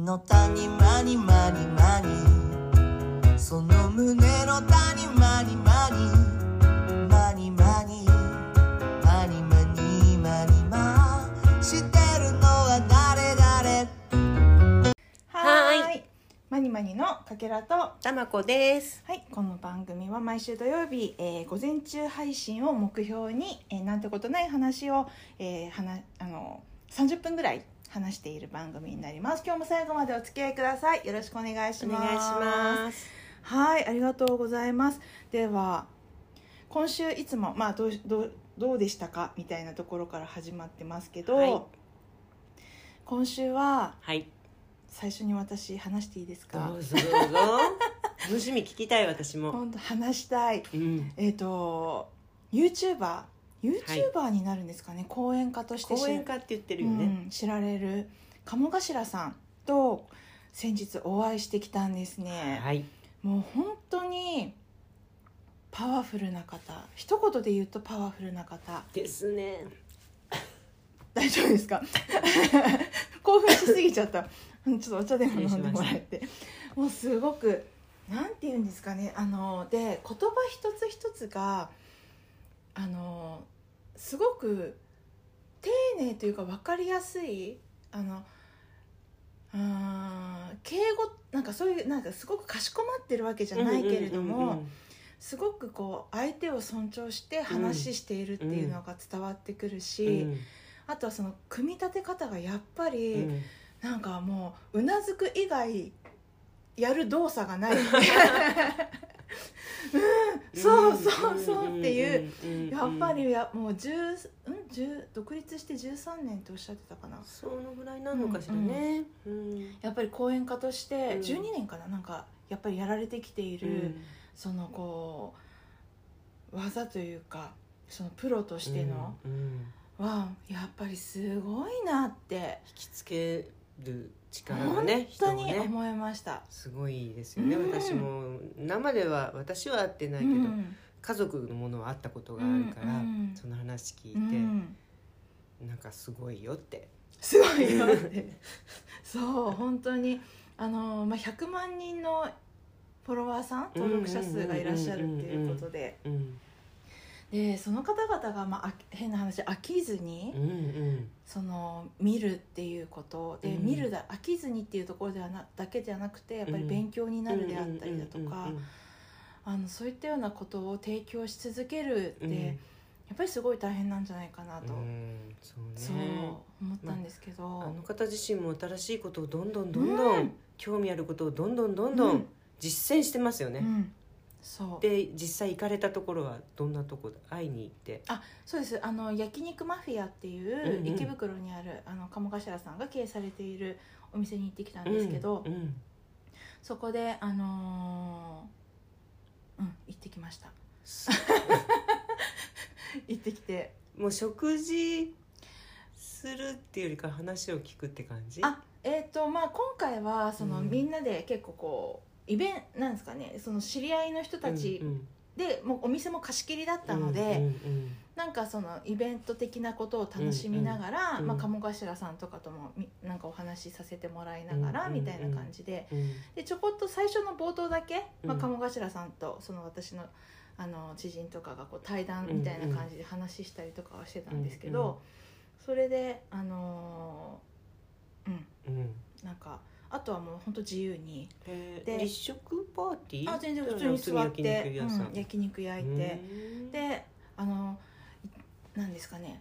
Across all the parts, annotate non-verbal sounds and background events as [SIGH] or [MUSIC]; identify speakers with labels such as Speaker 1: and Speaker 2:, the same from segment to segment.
Speaker 1: の谷間に間に間にその胸の谷間に間に間に間に間に間に間に間してるのは誰誰
Speaker 2: はーい
Speaker 3: マニマニのかけらとは
Speaker 2: たまこです。
Speaker 3: いこの番組は毎週土曜日、えー午前中配信を目標に、えーなんてことない話を、えー、はなあの30分ぐらい話している番組になります今日も最後までお付き合いくださいよろしくお願いし
Speaker 2: お願
Speaker 3: ます
Speaker 2: いします。
Speaker 3: はい、ありがとうございます。では、今週いつも、まあ、どうし、どう、どうでしたかみたいなところから始まってますけど。
Speaker 2: はい
Speaker 3: 今週は、
Speaker 2: はい。
Speaker 3: 最初に私話していいですか
Speaker 2: ど。 [LAUGHS] うぞどうぞ。楽しみ聞きたい私 [LAUGHS] も。
Speaker 3: 本当話したい。
Speaker 2: うん。
Speaker 3: えっ、と、ユーチューバー、ユーチューバーになるんですかね、講演家として知ら。
Speaker 2: 講演家って言ってるよね。
Speaker 3: うん、知られる鴨頭さんと。先日お会いしてきたんですね。
Speaker 2: はい。
Speaker 3: もう本当にパワフルな方一言で言うとパワフルな方
Speaker 2: ですね。
Speaker 3: 大丈夫ですか [LAUGHS] 興奮しすぎちゃったうんちょっとお茶でも飲んでもらってもうすごくなんて言うんですかねあので言葉一つ一つがあのすごく丁寧というか分かりやすいあのうーん敬語なんかそういうなんかすごくかしこまってるわけじゃないけれども、
Speaker 2: うんうんうんうん。
Speaker 3: すごくこう相手を尊重して話しているっていうのが伝わってくるし、あとはその組み立て方がやっぱり、
Speaker 2: うんうん
Speaker 3: なんかもううなずく以外やる動作が
Speaker 2: [LAUGHS]
Speaker 3: ない [LAUGHS] うんそうそうそうっていう。
Speaker 2: うん
Speaker 3: やっぱり。やもう10うん10独立して13年っておっしゃってたかな
Speaker 2: そのぐらいなのかしらね。うん。
Speaker 3: やっぱり講演家として
Speaker 2: うん
Speaker 3: 12年かななんかやっぱりやられてきている、そのこう技というかそのプロとしての、
Speaker 2: うん。うん
Speaker 3: はやっぱりすごいなって
Speaker 2: 引きつける力が
Speaker 3: 本
Speaker 2: ね。
Speaker 3: 当
Speaker 2: 人
Speaker 3: に
Speaker 2: をね
Speaker 3: 思いました。
Speaker 2: すごいですよね、
Speaker 3: うん
Speaker 2: 私も生では私は会ってないうけど、
Speaker 3: ん
Speaker 2: 家族のものは会ったことがあるから、
Speaker 3: うんうん
Speaker 2: その話聞いうて、
Speaker 3: ん
Speaker 2: なんかすごいよって
Speaker 3: すごいよって [LAUGHS] そう本当にあの、まあ、100万人のフォロワーさん登録者数がいらっしゃるっていうことで
Speaker 2: うん
Speaker 3: でその方々が、まああ、変な話飽きずに、
Speaker 2: うんうん
Speaker 3: その見るっていうことで、
Speaker 2: うん
Speaker 3: 見るだ飽きずにっていうところではなだけじゃなくてやっぱり
Speaker 2: うん
Speaker 3: 勉強になるであったりだとか
Speaker 2: うんうん
Speaker 3: あのそういったようなことを提供し続けるって、
Speaker 2: うんうん
Speaker 3: やっぱりすごい大変なんじゃないかなと、
Speaker 2: うんそうね
Speaker 3: そう思ったんですけど、
Speaker 2: あの方自身も新しいことをどんどんどんどん、
Speaker 3: うん
Speaker 2: 興味あることをどんどんどんど
Speaker 3: うんん
Speaker 2: 実践してますよね、
Speaker 3: うんそう
Speaker 2: で実際行かれたところはどんなとこだ会いに行って
Speaker 3: そうですあの焼肉マフィアってい
Speaker 2: う
Speaker 3: う
Speaker 2: んうん
Speaker 3: 池袋にある、あの鴨頭さんが経営されているお店に行ってきたんですけど、
Speaker 2: うんうん
Speaker 3: そこであのーうん行ってきま
Speaker 2: [LAUGHS]
Speaker 3: した行ってきて
Speaker 2: もう食事するっていうよりか話を聞くって感じ
Speaker 3: あえーとまあ、今回はその、
Speaker 2: うん
Speaker 3: みんなで結構こうイベントなんですかねその知り合いの人たちで、もうお店も貸し切りだったので、なんかそのイベント的なことを楽しみながら、
Speaker 2: うんうん
Speaker 3: まあ、鴨頭さんとかともみなんかお話しさせてもらいながら、
Speaker 2: うんうんうん
Speaker 3: みたいな感じででちょこっと最初の冒頭だけ、まあ、
Speaker 2: うん
Speaker 3: 鴨頭さんとその私のあの知人とかがこう対談みたいな感じで話したりとかはしてたんですけど、
Speaker 2: うんうん
Speaker 3: それであのーうん。なんかあとはもう本当自由にで
Speaker 2: 立食パーティー
Speaker 3: あ全然普通に座って
Speaker 2: 焼肉
Speaker 3: う
Speaker 2: 屋さ
Speaker 3: ん、
Speaker 2: ん
Speaker 3: 焼肉焼いて、
Speaker 2: で
Speaker 3: であのいなんですかね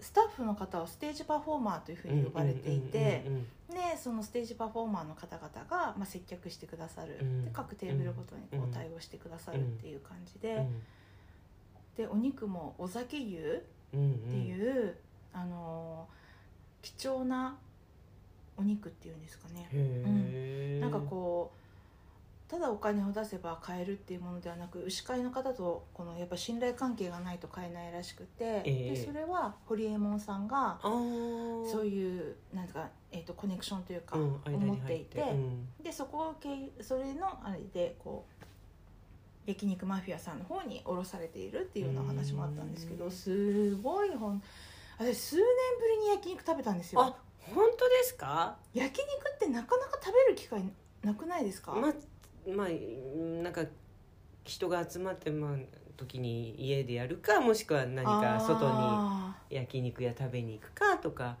Speaker 3: ススタッフの方をステージパフォーマーというふうに呼ばれていてでそのステージパフォーマーの方々が、まあ、接客してくださる、
Speaker 2: うん
Speaker 3: で各テーブルごとにこ
Speaker 2: うん
Speaker 3: う対応してくださるっていう感じで、でお肉もお酒牛って
Speaker 2: う
Speaker 3: いう、あの貴重なお肉っていうんですかね、
Speaker 2: ん
Speaker 3: なんかこうただお金を出せば買えるっていうものではなく牛飼いの方とこのやっぱ信頼関係がないと買えないらしくて、
Speaker 2: ええ
Speaker 3: でそれは堀エモ門さんが
Speaker 2: あー
Speaker 3: そういうなんか、えー、とコネクションというか、
Speaker 2: うん間に入
Speaker 3: 思っていて
Speaker 2: うん
Speaker 3: でそこを経由それのあれでこう焼肉マフィアさんの方に卸されているっていうようなお話もあったんですけ
Speaker 2: う
Speaker 3: ど
Speaker 2: ん
Speaker 3: すごいほん私数年ぶりに焼肉食べたんですよ
Speaker 2: あ本当ですか
Speaker 3: 焼肉ってなかなか食べる機会なくないですか、
Speaker 2: まあまあなんか人が集まってまあ時に家でやるかもしくは何か外に
Speaker 3: あ
Speaker 2: 焼肉屋食べに行くかとか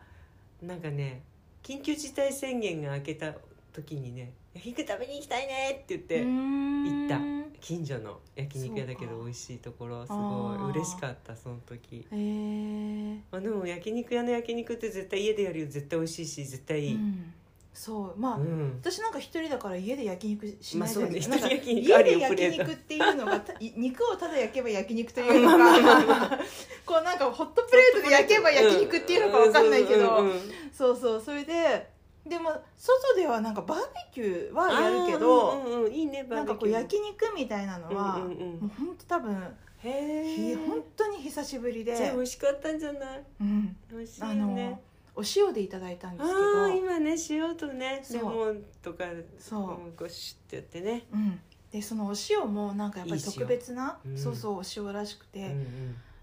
Speaker 2: なんかね緊急事態宣言が明けた時にね「焼肉食べに行きたいね」って言っ
Speaker 3: ー
Speaker 2: て、
Speaker 3: うーん
Speaker 2: 行近所の焼肉屋だ
Speaker 3: そ
Speaker 2: け
Speaker 3: う
Speaker 2: ど
Speaker 3: か
Speaker 2: 美味しいところす
Speaker 3: あ
Speaker 2: ご
Speaker 3: ー
Speaker 2: い嬉しかったその時、
Speaker 3: へえ
Speaker 2: まあ、でも焼肉屋の焼肉って絶対家でやるより絶対美味しいし絶対いい、う
Speaker 3: うんん、そうまあ、私なんか一人だから家で焼肉しない
Speaker 2: まあそうね
Speaker 3: ですなんか
Speaker 2: 一人焼肉
Speaker 3: 家
Speaker 2: ある
Speaker 3: で
Speaker 2: よ
Speaker 3: 焼
Speaker 2: プレート
Speaker 3: 肉っていうのがたい [LAUGHS] 肉をただ焼けば焼肉というのかこうなんかホットプレートで焼けば焼肉っていうのかわかんないけど、
Speaker 2: うんうんうん
Speaker 3: そうそうそれででも外ではなんかバーベキューはやるけど、
Speaker 2: あーうんうんうんいいねバ
Speaker 3: な
Speaker 2: ー
Speaker 3: ん
Speaker 2: ベ
Speaker 3: か
Speaker 2: キ
Speaker 3: こ
Speaker 2: ュ
Speaker 3: う
Speaker 2: ー
Speaker 3: 焼肉みたいなのは、
Speaker 2: うんうんうん
Speaker 3: もう本当多分
Speaker 2: へ
Speaker 3: ひ
Speaker 2: え
Speaker 3: 本当に久しぶりで
Speaker 2: じゃあ美味しかったんじゃない
Speaker 3: うん、
Speaker 2: 美味しいよ
Speaker 3: あの、
Speaker 2: ね
Speaker 3: お塩でいただいたんで
Speaker 2: あ
Speaker 3: すけ
Speaker 2: あー
Speaker 3: ど
Speaker 2: 今ね塩とね
Speaker 3: そう
Speaker 2: レモンとか
Speaker 3: そう
Speaker 2: うんこうシュッてやってね
Speaker 3: うん、でそのお塩もなんかやっぱり
Speaker 2: いい塩
Speaker 3: 特別な
Speaker 2: うん
Speaker 3: そうそうお塩らしくて、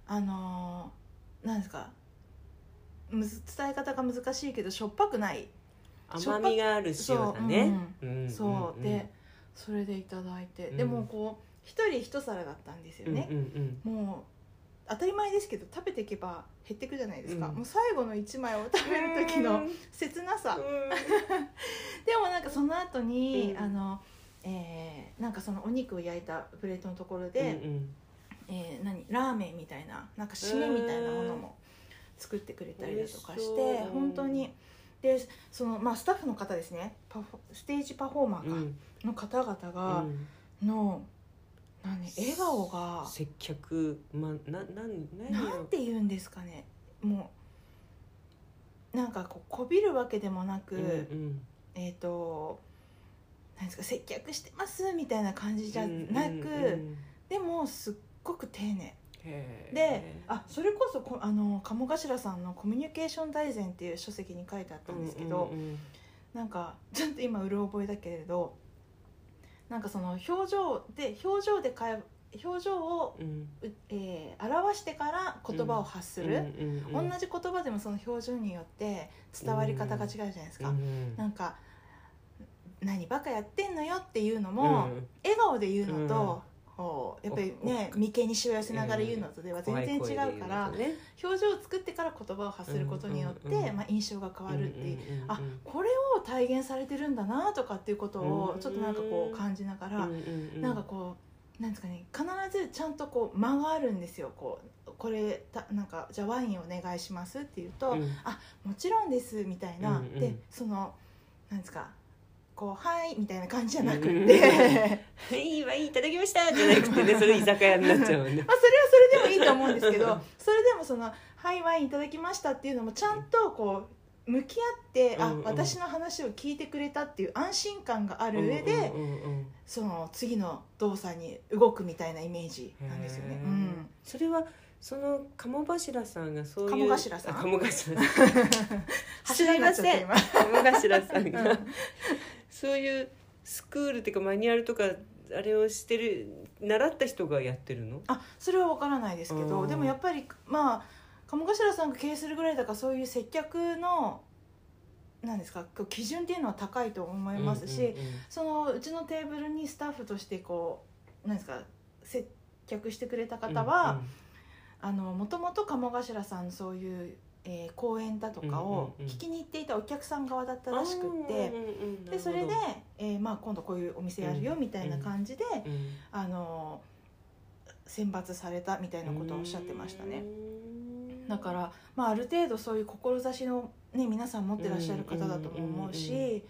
Speaker 3: あのーなんですかむず伝え方が難しいけどしょっぱくない、しょっぱ
Speaker 2: 甘みがある塩だねんん
Speaker 3: そうでそれでいただいて、
Speaker 2: うん
Speaker 3: でもこう一人一皿だったんですよね
Speaker 2: う、んうん
Speaker 3: もう当たり前ですけど食べていけば減っていくじゃないですか、
Speaker 2: うん
Speaker 3: もう最後の一枚を食べる時
Speaker 2: う
Speaker 3: の
Speaker 2: ん
Speaker 3: 切なさ、
Speaker 2: うん
Speaker 3: でもなんかその後に、
Speaker 2: うん
Speaker 3: あのえーなんかそのお肉を焼いたプレートのところで、
Speaker 2: うん
Speaker 3: えー何ラーメンみたいななんか締めみたいなものも作ってくれたりだとか
Speaker 2: 美味
Speaker 3: し、
Speaker 2: してそう
Speaker 3: 本当にでその、まあ、スタッフの方ですねパフォステージパフォーマ
Speaker 2: うんう
Speaker 3: ーか
Speaker 2: ん
Speaker 3: の方々
Speaker 2: う
Speaker 3: が
Speaker 2: ん
Speaker 3: の、何笑顔が
Speaker 2: 接客まななん何
Speaker 3: なん
Speaker 2: を
Speaker 3: て言うんですかねもうなんかこうこびるわけでもなく、
Speaker 2: うんうん
Speaker 3: えっ、と何ですか接客してますみたいな感じじゃ
Speaker 2: うん
Speaker 3: なく、
Speaker 2: うん
Speaker 3: でもすっごく丁寧。
Speaker 2: へー
Speaker 3: であそれこそこあの鴨頭さんの「コミュニケーション大全」っていう書籍に書いてあったんですけど、
Speaker 2: うんうんうん
Speaker 3: なんかちょっと今うる覚えだけれどなんかその表情で表情でかえ表情を、
Speaker 2: うん
Speaker 3: うえー表してから言葉を発する、
Speaker 2: うんうんうん
Speaker 3: 同じ言葉でもその表情によって伝わり方が違うじゃないですか。
Speaker 2: うん
Speaker 3: なんか何バカやってんのよっていうのも、笑顔で言うのと、こうやっぱりね
Speaker 2: おお
Speaker 3: 眉間にしわ寄せながら言うのとでは全然違うから、
Speaker 2: 怖い声で言うのとね
Speaker 3: 表情を作ってから言葉を発することによって、
Speaker 2: うんうんうん
Speaker 3: まあ、印象が変わるっていう、
Speaker 2: んんん
Speaker 3: あこれを体現されてるんだなとかっていうことを
Speaker 2: うん
Speaker 3: ちょっとなんかこう感じながら、
Speaker 2: うんうんうん
Speaker 3: なんかこうなんですかね必ずちゃんとこう間があるんですよこうこれたなんかじゃあワインお願いしますって言うと、
Speaker 2: うん
Speaker 3: もちろんですみたいな、
Speaker 2: うんうん
Speaker 3: でそのなんですかこう「はい」みたいな感じじゃなくって、
Speaker 2: うんうん
Speaker 3: [LAUGHS] まあそれ
Speaker 2: はいワインいただきましたじゃなくて
Speaker 3: [LAUGHS]
Speaker 2: ねそれ居酒屋になっちゃうもんね
Speaker 3: はそれでもいいと思うんですけ
Speaker 2: [LAUGHS]
Speaker 3: どそれでもその「はいワインいただきました」っていうのもちゃんとこう向き合って、
Speaker 2: うんうん
Speaker 3: あ私の話を聞いてくれたっていう安心感がある上で、
Speaker 2: うんうんうん
Speaker 3: その次の動作に動くみたいなイメージ
Speaker 2: うん
Speaker 3: なんですよね
Speaker 2: へ。ー
Speaker 3: うん
Speaker 2: それはその鴨頭さんがそういう
Speaker 3: 鴨頭さん
Speaker 2: あ鴨頭さん
Speaker 3: 柱になっちゃって
Speaker 2: すい
Speaker 3: 今
Speaker 2: 鴨頭さん
Speaker 3: う
Speaker 2: が
Speaker 3: ん
Speaker 2: そういうスクールっていうかマニュアルとかあれをしてる習った人がやってるの
Speaker 3: あそれは分からないですけど、
Speaker 2: うん
Speaker 3: でもやっぱりまあ鴨頭さんが経営するぐらいだからそういう接客のなんですかこう基準っていうのは高いと思いますし、
Speaker 2: うんうんうん
Speaker 3: そのうちのテーブルにスタッフとしてこうなんですか接客してくれた方はあのもともと鴨頭さんのそういう、えー講演だとかを
Speaker 2: うんうんうん
Speaker 3: 聞きに行っていたお客さん側だった
Speaker 2: うん
Speaker 3: らしくって。
Speaker 2: うんうんうんなるほど
Speaker 3: でそれで、えーまあ、今度こういうお店やるよみたいな感じで、
Speaker 2: うん
Speaker 3: あの選抜されたみたいなことをおっしゃってましたね。だから、まあ、ある程度そういう志の、ね、皆さん持ってらっしゃる方だとも思うし、
Speaker 2: うんうんうん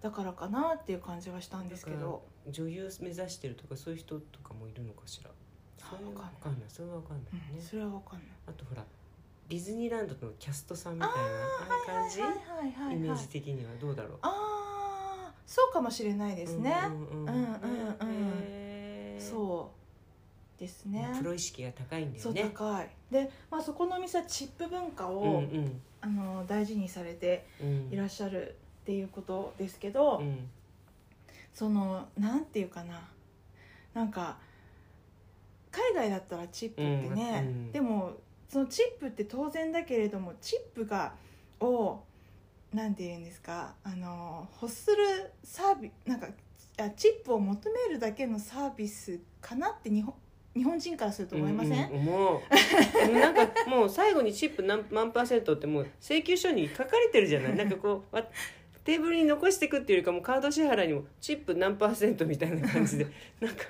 Speaker 3: だからかなっていう感じはしたんですけど
Speaker 2: 女優目指してるとかそういう人とかもいるのかしらそれは
Speaker 3: わかんない
Speaker 2: 分かんないそれは分かんな
Speaker 3: う
Speaker 2: い
Speaker 3: ん
Speaker 2: ね、
Speaker 3: それは分かんない。
Speaker 2: あとほらディズニーランドのキャストさんみたいなああいう感じ、
Speaker 3: はいはいはい
Speaker 2: イメ
Speaker 3: は
Speaker 2: ー
Speaker 3: い
Speaker 2: ジ的にはどうだろう
Speaker 3: ああそうかもしれないですね。
Speaker 2: うんうん
Speaker 3: うんうんうん
Speaker 2: へー
Speaker 3: そうですね
Speaker 2: プロ意識が高いんだ
Speaker 3: そ
Speaker 2: よ
Speaker 3: う
Speaker 2: ね
Speaker 3: 高いで、まあ、そこのお店はチップ文化を、
Speaker 2: うん
Speaker 3: あの大事にされて
Speaker 2: うんうん
Speaker 3: いらっしゃるっていうことですけど、
Speaker 2: うん
Speaker 3: そのなんていうかななんか海外だったらチップってね、
Speaker 2: うんうん
Speaker 3: でもそのチップって当然だけれどもチップがをなんて言うんですかあの欲するサービなんかあチップを求めるだけのサービスかなって日本日本人からすると思いません、
Speaker 2: うんうん思うなんかもう最後にチップ何万パーセントってもう請求書に書かれてるじゃないなんかこうわテーブルに残していくっていうよりかもうカード支払いにもチップ何パーセントみたいな感じでなんか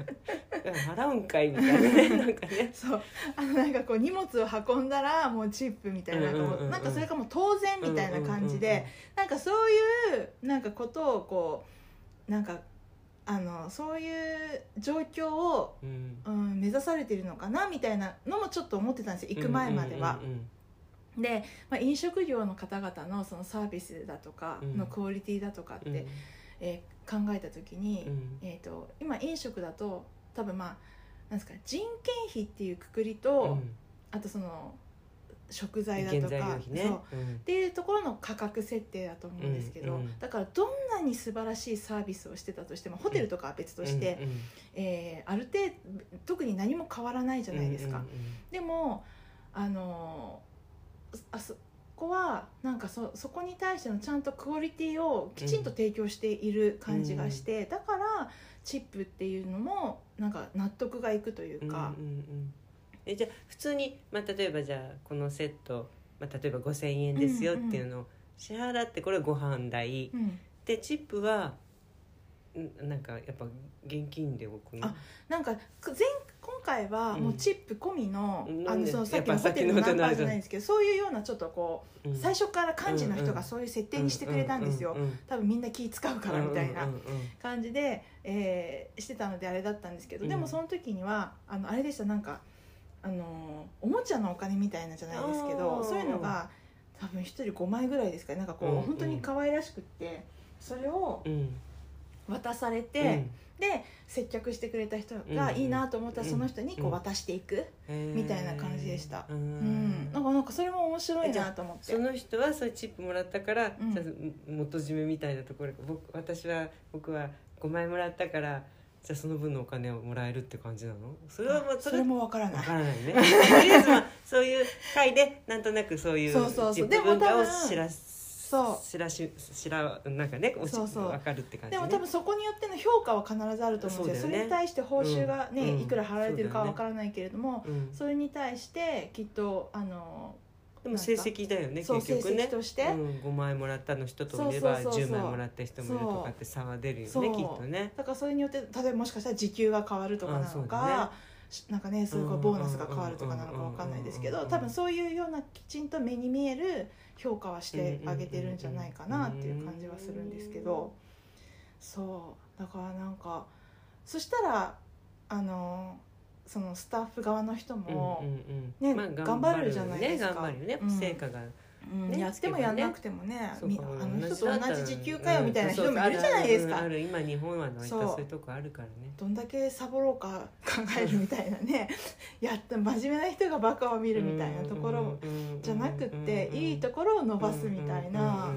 Speaker 2: うん払うんかいみたいなねなんかね
Speaker 3: そうあのなんかこう荷物を運んだらもうチップみたいな,、
Speaker 2: うんうんうんうん
Speaker 3: なんかそれがもう当然 [LAUGHS] みたいな感じで、
Speaker 2: うんうんうん
Speaker 3: なんかそういうなんかことをこうなんかあのそういう状況を、
Speaker 2: うん
Speaker 3: うん、目指されてるのかなみたいなのもちょっと思ってたんですよ行く前までは。
Speaker 2: うんうん
Speaker 3: で、まあ、飲食業の方々のそのサービスだとか
Speaker 2: うん
Speaker 3: のクオリティだとかって、
Speaker 2: うんうん
Speaker 3: えー考えた時に、
Speaker 2: うん
Speaker 3: えー、と今飲食だと多分まあなんですか人件費っていうくくりと、
Speaker 2: うん
Speaker 3: あとその食材だ
Speaker 2: 原
Speaker 3: と
Speaker 2: 材料
Speaker 3: か、
Speaker 2: 費ね
Speaker 3: そうっ
Speaker 2: うん
Speaker 3: ていうところの価格設定だと思うんですけど、
Speaker 2: うんうん
Speaker 3: だからどんなに素晴らしいサービスをしてたとしてもホテルとかは別として、
Speaker 2: うんうん
Speaker 3: えーある程度特に何も変わらないじゃないですか。
Speaker 2: うんうんうん
Speaker 3: でもあのあそこはなんかそそこに対してのちゃんとクオリティをきちんと提供している感じがして、だからチップっていうのもなんか納得がいくというか、
Speaker 2: うんうんうんえじゃあ普通に、まあ、例えばじゃあこのセット、まあ、例えば5,000円ですよっていうのを支払ってこれはご飯代、
Speaker 3: うん
Speaker 2: でチップはんなんかやっぱ現金で置くの
Speaker 3: あなんかく前今回はもうチップ込みの,、
Speaker 2: うん
Speaker 3: あ
Speaker 2: なん
Speaker 3: の
Speaker 2: で
Speaker 3: そのさっき
Speaker 2: や
Speaker 3: の
Speaker 2: っぱ
Speaker 3: ホテルの
Speaker 2: さ
Speaker 3: ナ
Speaker 2: っきの
Speaker 3: ンバーじ
Speaker 2: ホテルのナンバー
Speaker 3: ゃないんですけどそういうようなちょっとこう最初から幹事の人がそういう設定にしてくれたんですよ、多分みんな気使うからみたいな。
Speaker 2: うんうんうん
Speaker 3: 感じで、えーしてたのであれだったんですけど、
Speaker 2: うん
Speaker 3: でもその時にはあのあれでしたなんかあのーおもちゃのお金みたいなじゃないですけ
Speaker 2: あ
Speaker 3: ど
Speaker 2: ー
Speaker 3: そういうのが多分1人5枚ぐらいですかねなんかこう、
Speaker 2: うんうん
Speaker 3: 本当に可愛らしくってそれを
Speaker 2: うんうん
Speaker 3: 渡されて、
Speaker 2: うん
Speaker 3: で接客してくれた人
Speaker 2: うん
Speaker 3: が
Speaker 2: うん
Speaker 3: いいなと思ったらその人にこ
Speaker 2: う
Speaker 3: うん渡していく、
Speaker 2: へー
Speaker 3: みたいな感じでしたう
Speaker 2: う
Speaker 3: ん
Speaker 2: ん
Speaker 3: なんかなんかそれも面白いなと思って
Speaker 2: そ。の人はそういうチップもらったから、
Speaker 3: うん
Speaker 2: じゃあ元締めみたいなところ僕私は僕は5枚もらったからじゃあその分のお金をもらえるって感じなのそれはまあ
Speaker 3: それもわから
Speaker 2: わ
Speaker 3: ない
Speaker 2: からないねとりあえずまあそういう会でなんとなくそういう
Speaker 3: そうそうそう
Speaker 2: チップ
Speaker 3: でも
Speaker 2: 文化
Speaker 3: 多
Speaker 2: を
Speaker 3: 分
Speaker 2: 知ら
Speaker 3: そう
Speaker 2: 知らし知らなんかねおち
Speaker 3: そうそう
Speaker 2: わかるって感
Speaker 3: で
Speaker 2: じ、ね、
Speaker 3: も多分そこによっての評価は必ずあると思うんですよそ
Speaker 2: そうだよね
Speaker 3: れに対して報酬がね、
Speaker 2: うん
Speaker 3: いくら払われてるかは
Speaker 2: そうだよね
Speaker 3: 分からないけれども、
Speaker 2: うん
Speaker 3: それに対してきっとあの
Speaker 2: でも成績だよね
Speaker 3: そう
Speaker 2: 結
Speaker 3: 成
Speaker 2: 局ね
Speaker 3: 績として、
Speaker 2: うん、5枚もらったの人といれば
Speaker 3: そうそうそうそう
Speaker 2: 10枚もらった人もいるとかって差は出るよ
Speaker 3: そ
Speaker 2: ね
Speaker 3: う
Speaker 2: きっとね。
Speaker 3: だからそれによって例えばもしかしたら時給が変わるとかな
Speaker 2: あそ
Speaker 3: の
Speaker 2: うだ
Speaker 3: か
Speaker 2: ね、
Speaker 3: しなんかねすごいボーナスが変わるとかなのか分かんないですけ
Speaker 2: うんうん
Speaker 3: ど
Speaker 2: うん
Speaker 3: 多分そういうようなきちんと目に見える評価はしてあげてるんじゃないかなっていう感じはするんですけどそうだからなんかそしたらあのそのスタッフ側の人も、
Speaker 2: うんうんうん
Speaker 3: ね頑張るじゃないですか
Speaker 2: 頑張るよね
Speaker 3: うん
Speaker 2: 成果が
Speaker 3: うん
Speaker 2: ね
Speaker 3: やってもやんなくてもね
Speaker 2: そう
Speaker 3: み
Speaker 2: か
Speaker 3: あの人と同じ時給かよみたいな人
Speaker 2: うん
Speaker 3: もいるじゃないです
Speaker 2: そうそうあ
Speaker 3: か
Speaker 2: るあ。るうんある今日本はの
Speaker 3: そう
Speaker 2: そういうとこあるからね
Speaker 3: どんだけサボろうか考えるみたいなね [LAUGHS] やった真面目な人がバカを見るみたいなところじゃなくって、いいと
Speaker 2: こ
Speaker 3: ころを伸ばすみたいな、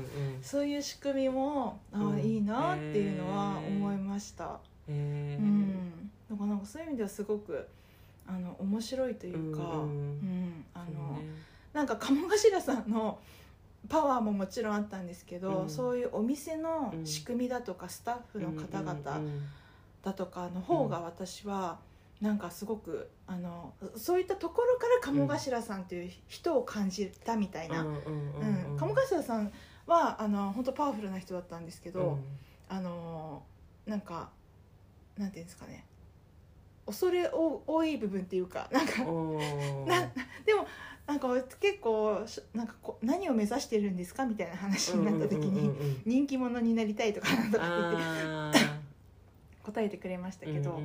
Speaker 3: そういう仕組みもあー、
Speaker 2: うん
Speaker 3: いいなっていうのは思いました、
Speaker 2: え
Speaker 3: うん、だからなんかそういう意味ではすごくあの面白いというか、
Speaker 2: うんうん
Speaker 3: うんあのなんか鴨頭さんのパワーももちろんあったんですけど、
Speaker 2: うん
Speaker 3: そういうお店の仕組みだとかスタッフの方々、だとかの方が私はなんかすごくあのそういったところから鴨頭さんという人を感じたみたいな、うん鴨頭さんはあの本当パワフルな人だったんですけど、あのなんかなんていうんですかね恐れ多い部分っていうかなんかなでもなんか結構しなんかこう何を目指してるんですかみたいな話になった時に、人気者になりたいとかなんとか言って答えてくれましたけど。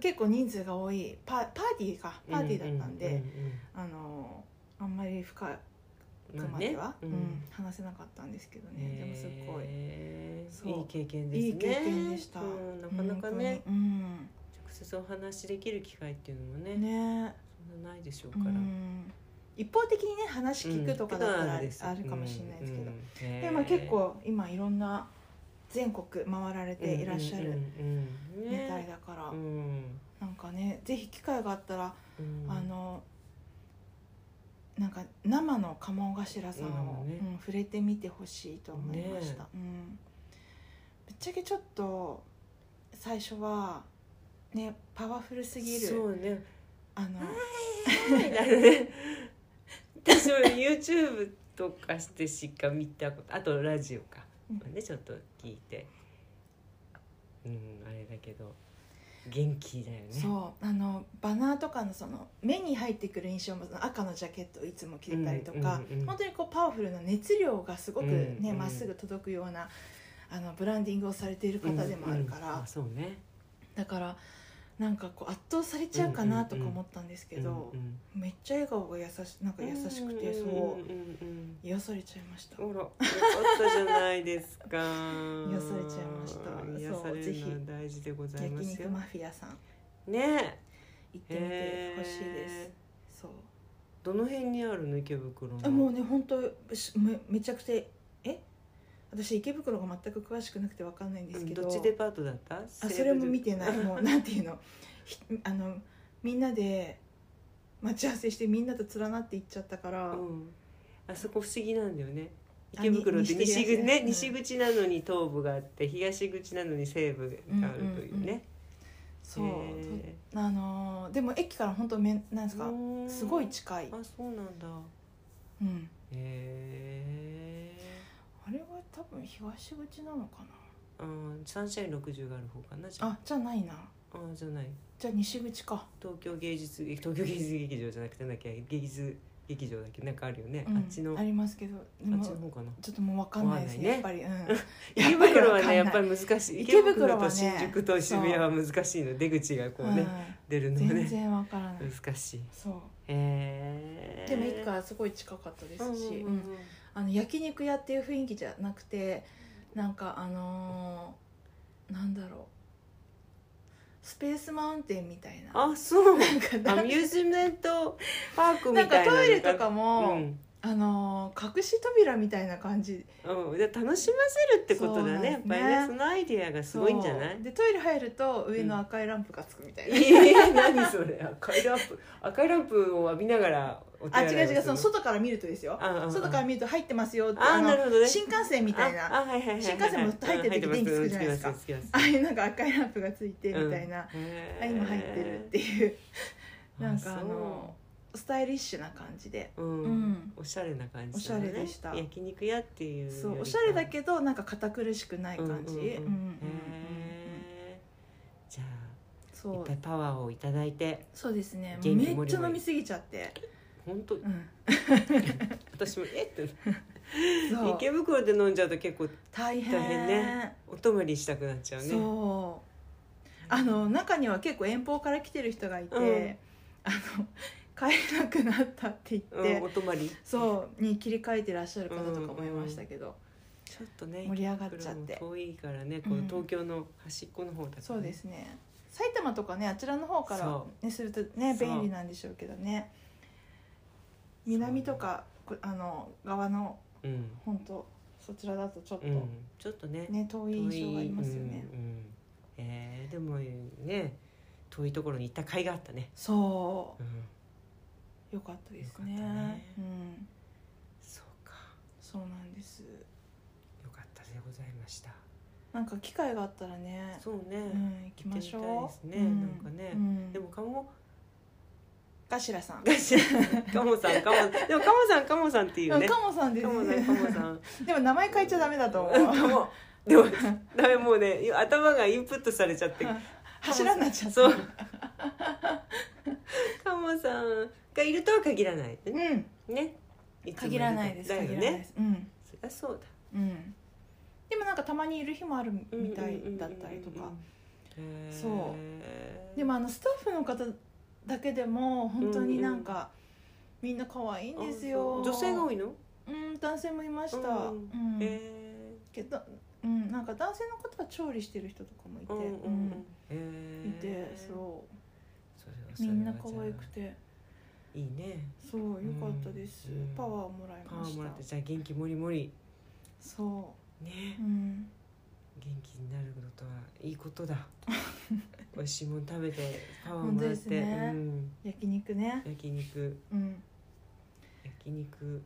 Speaker 3: 結構人数が多いパパーティーかパーティーだったんで、あのあんまり深くまでは、うん話せなかったんですけどね、でもすっごいそう
Speaker 2: いい経験ですね
Speaker 3: いい経験でした
Speaker 2: うんなかなかね
Speaker 3: 本
Speaker 2: 直接お話しできる機会っていうのも
Speaker 3: 当に
Speaker 2: ね
Speaker 3: うんね
Speaker 2: そんなないでしょう
Speaker 3: う
Speaker 2: から
Speaker 3: ん一方的にね話聞くとかだったらあ,、るかもしれないですけど、でも結構今いろんな全国回られていらっしゃるみたいだから、なんかねぜひ機会があったらあのなんか生の鴨頭さんを、
Speaker 2: 生のね
Speaker 3: うん、触れてみてほしいと思いました、
Speaker 2: ね
Speaker 3: うん、ぶっちゃけちょっと最初はねパワフルすぎ
Speaker 2: そ
Speaker 3: る
Speaker 2: うね
Speaker 3: あの
Speaker 2: みたいなね私も YouTube とかしてしか見たことあとラジオ
Speaker 3: う
Speaker 2: か、
Speaker 3: ん
Speaker 2: ねちょっと聞いてうんあれだけど元気だよね
Speaker 3: そうあのバナーとかのその目に入ってくる印象もその赤のジャケットをいつも着てたりとか、
Speaker 2: うんうんうん
Speaker 3: 本当にこうパワフルな熱量がすごくね
Speaker 2: うんうん
Speaker 3: ま、っすぐ届くようなあのブランディングをされている方でもあるから、
Speaker 2: うんうんあそうね
Speaker 3: だからなんかこう圧倒されちゃうかなとか思ったんですけど、
Speaker 2: うんうん
Speaker 3: めっちゃ笑顔が優しなんか優しくてそ
Speaker 2: んんうん
Speaker 3: う癒されちゃいました。
Speaker 2: うんあらよかったじゃないで
Speaker 3: [LAUGHS]
Speaker 2: すか癒
Speaker 3: されちゃいました
Speaker 2: 癒され
Speaker 3: そうぜ
Speaker 2: る
Speaker 3: ひ
Speaker 2: のは大事でござい
Speaker 3: 焼
Speaker 2: ます
Speaker 3: 肉
Speaker 2: よ
Speaker 3: マフィアさん
Speaker 2: ね
Speaker 3: 行ってみて
Speaker 2: え
Speaker 3: ほしいです。そう
Speaker 2: どの辺にあるの池袋の
Speaker 3: あもうね本当しめめちゃくちゃえ私池袋が全く詳しくなくてわかんないんですけど、
Speaker 2: どっちデパートだったあ
Speaker 3: あそれも見てないもうなんていうのひあのみんなで待ち合わせしてみんなと連なって行っちゃったから、
Speaker 2: うん、あそこ不思議なんだよね
Speaker 3: あ
Speaker 2: 池袋って
Speaker 3: に西
Speaker 2: 西
Speaker 3: 口
Speaker 2: 口,、ね
Speaker 3: うん
Speaker 2: 西口なのに東部があって東口なのに西部があるというね、
Speaker 3: そう、
Speaker 2: へ
Speaker 3: とあのーでも駅から本当めんなんですか
Speaker 2: うん
Speaker 3: すごい近い、
Speaker 2: あそうなんだ
Speaker 3: うん、
Speaker 2: へえ
Speaker 3: あれは多分東口なのか
Speaker 2: あーサンシャイン60がある方かなじゃ
Speaker 3: な
Speaker 2: あ
Speaker 3: あじゃないな
Speaker 2: あーじゃない
Speaker 3: じゃあ西口か
Speaker 2: 東京芸術劇東京芸術劇場じゃなくてなんだっけ芸術劇場だっけなんかあるよね、
Speaker 3: うん
Speaker 2: あっちのあ
Speaker 3: あ
Speaker 2: っ
Speaker 3: りますけどでも
Speaker 2: ちの方かな
Speaker 3: ちょっともうわかんないですねやっ
Speaker 2: わか
Speaker 3: ぱり、うん
Speaker 2: 池袋は
Speaker 3: わかんな
Speaker 2: ね
Speaker 3: い
Speaker 2: やっぱり難しい
Speaker 3: 池
Speaker 2: 池
Speaker 3: 袋
Speaker 2: 袋
Speaker 3: はね
Speaker 2: と新宿と渋谷は難しいの出口が [LAUGHS] こうね、出る
Speaker 3: うん
Speaker 2: のは
Speaker 3: 全
Speaker 2: ね
Speaker 3: 然わからない
Speaker 2: 難しい
Speaker 3: そう
Speaker 2: へえ
Speaker 3: でも駅からすごい近かったですし、うんあの焼肉屋っていう雰囲気じゃなくてなんかあのーなんだろうスペースマウンテンみたいな [LAUGHS]
Speaker 2: あそう
Speaker 3: なんか
Speaker 2: ア
Speaker 3: な
Speaker 2: ミューズメントパークみ
Speaker 3: なんか
Speaker 2: たいな
Speaker 3: トイレと
Speaker 2: も
Speaker 3: か
Speaker 2: う
Speaker 3: も、
Speaker 2: ん、
Speaker 3: あのー隠し扉みたいな感じ
Speaker 2: うん、で楽しませるってことだねやっ
Speaker 3: そう
Speaker 2: ぱり
Speaker 3: ね
Speaker 2: ねそのアイディアがすごいんじゃない
Speaker 3: そうでトイレ入ると上の赤いランプがつくみたいな、
Speaker 2: [LAUGHS] えー、何それ赤いランプ赤いランプを浴びながらお手
Speaker 3: あ違
Speaker 2: 洗いうをす
Speaker 3: 違
Speaker 2: る
Speaker 3: うその外から見るとですよ
Speaker 2: あああ
Speaker 3: 外から見ると入ってますよって
Speaker 2: あー
Speaker 3: の
Speaker 2: なるほどね
Speaker 3: 新幹線みたいな
Speaker 2: ああはいはいはいはい
Speaker 3: 新幹線も入ってる時電気つくじゃないですか
Speaker 2: うん入ってます
Speaker 3: ああいうなんか赤いランプがついて
Speaker 2: うん
Speaker 3: みたいな、
Speaker 2: へー
Speaker 3: あ今入ってるっていうなんかあの
Speaker 2: そ
Speaker 3: スタイリッシュな感じで、
Speaker 2: ううん
Speaker 3: うん
Speaker 2: おしゃれな感じ、ね、
Speaker 3: おしゃれでした
Speaker 2: 焼肉屋っていうよりか
Speaker 3: そうおしゃれだけどなんか堅苦しくない感じ
Speaker 2: うん
Speaker 3: う
Speaker 2: うんん
Speaker 3: うんうんう
Speaker 2: うん
Speaker 3: ん
Speaker 2: へーじゃあい
Speaker 3: そ
Speaker 2: っ
Speaker 3: う
Speaker 2: ぱいパワーをいただいて
Speaker 3: そうですね
Speaker 2: 元気
Speaker 3: めっ
Speaker 2: もり
Speaker 3: ち
Speaker 2: も
Speaker 3: ゃ
Speaker 2: り
Speaker 3: 飲みすぎちゃって、
Speaker 2: 本当 [LAUGHS]
Speaker 3: うん、
Speaker 2: 私もえって
Speaker 3: そう
Speaker 2: 池袋で飲んじゃうと結構
Speaker 3: 大変
Speaker 2: 大変ねお泊まりしたくなっちゃうね
Speaker 3: そうあの中には結構遠方から来てる人がいて、
Speaker 2: うん
Speaker 3: あの帰れなくなったって言
Speaker 2: う
Speaker 3: って、
Speaker 2: ん、お泊まり
Speaker 3: そうに切り替えてらっしゃる方とかもいましたけど、
Speaker 2: ちょっとね
Speaker 3: 盛り上がっちゃって
Speaker 2: 池袋も遠いからねこ
Speaker 3: う
Speaker 2: うん東京の端っこの方だから、ね
Speaker 3: そうですね埼玉とかねあちらの方から、
Speaker 2: そ
Speaker 3: ね、するとね
Speaker 2: そう
Speaker 3: 便利なんでしょうけどね南とかこあの側の
Speaker 2: うん、
Speaker 3: 本当そちらだとちょっと
Speaker 2: う
Speaker 3: ね、
Speaker 2: ん、ちょっとね
Speaker 3: 遠い印象がありますよね、
Speaker 2: うんうんえーでもね遠いところに行った甲斐があったね、
Speaker 3: そ
Speaker 2: うん、
Speaker 3: うよかったですね
Speaker 2: よかったね
Speaker 3: うん、
Speaker 2: そうか
Speaker 3: そうなんです
Speaker 2: よかったでございました
Speaker 3: なんか機会があったらね
Speaker 2: そうね、
Speaker 3: うん、行きましょう
Speaker 2: 行ってみたいですねなんかね
Speaker 3: うん
Speaker 2: でもカモ
Speaker 3: 頭さん、
Speaker 2: カモさんカ
Speaker 3: [LAUGHS]
Speaker 2: モでもカモさんカモさんっていう
Speaker 3: う
Speaker 2: ね
Speaker 3: んカモさんです
Speaker 2: カモさ
Speaker 3: ね
Speaker 2: んカモさん
Speaker 3: でも名前変えちゃダメだと思う
Speaker 2: カ
Speaker 3: [LAUGHS]
Speaker 2: モでもダメもうね頭がインプットされちゃって
Speaker 3: 柱になっちゃった
Speaker 2: そうカモさんがいるとは限らないね
Speaker 3: うん
Speaker 2: ねいつもる
Speaker 3: 限らないです、
Speaker 2: だよ
Speaker 3: 限らないで
Speaker 2: ね
Speaker 3: すうん
Speaker 2: そりゃそうだ
Speaker 3: うんでもなんかたまにいる日もあるみたいだったりとか
Speaker 2: うんうんうんうんうん
Speaker 3: そ
Speaker 2: へー
Speaker 3: でもあのスタッフの方だけでも本当になんか、みんな可愛いんですよ
Speaker 2: あそう女性が多いの
Speaker 3: うん男性もいました、う
Speaker 2: う
Speaker 3: ん
Speaker 2: んへえ
Speaker 3: けど、うん、なんか男性の方は調理してる人とかもいて、
Speaker 2: うんうんうんへ
Speaker 3: うん
Speaker 2: ー
Speaker 3: いてそ
Speaker 2: それは
Speaker 3: う
Speaker 2: それ
Speaker 3: み
Speaker 2: は
Speaker 3: んな可愛くて
Speaker 2: じゃあいいね
Speaker 3: そうよかったです、
Speaker 2: うん
Speaker 3: パワーもらい
Speaker 2: パ
Speaker 3: ま
Speaker 2: ワ
Speaker 3: し
Speaker 2: ーもらったてじゃあ元気もりもり
Speaker 3: そ
Speaker 2: ね
Speaker 3: う、うん、
Speaker 2: 元気になるのとはいいこ
Speaker 3: [LAUGHS]
Speaker 2: とだ美味しいもの食べてパワー
Speaker 3: 本
Speaker 2: も
Speaker 3: 当
Speaker 2: らっ
Speaker 3: です
Speaker 2: て、
Speaker 3: ね
Speaker 2: うん、
Speaker 3: 焼肉ね
Speaker 2: 焼肉
Speaker 3: うん
Speaker 2: 焼肉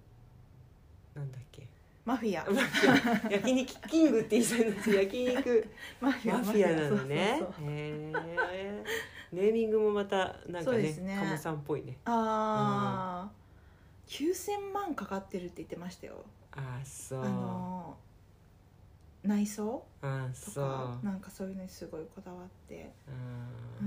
Speaker 2: なんだっ
Speaker 3: [LAUGHS]
Speaker 2: け
Speaker 3: マフィア
Speaker 2: 焼肉キングって言いそうになって焼肉
Speaker 3: マフィア
Speaker 2: マフィアなの
Speaker 3: そ
Speaker 2: ね
Speaker 3: うそうそう
Speaker 2: へえネーミングもまたなん
Speaker 3: そ
Speaker 2: か
Speaker 3: うで
Speaker 2: ね
Speaker 3: すね
Speaker 2: カモさんっぽいね
Speaker 3: ああ9000万かかってるって言ってましたよ
Speaker 2: あそう、
Speaker 3: あのー内装
Speaker 2: あ
Speaker 3: と
Speaker 2: そう
Speaker 3: かなんかそういうのにすごいこだわって、
Speaker 2: うん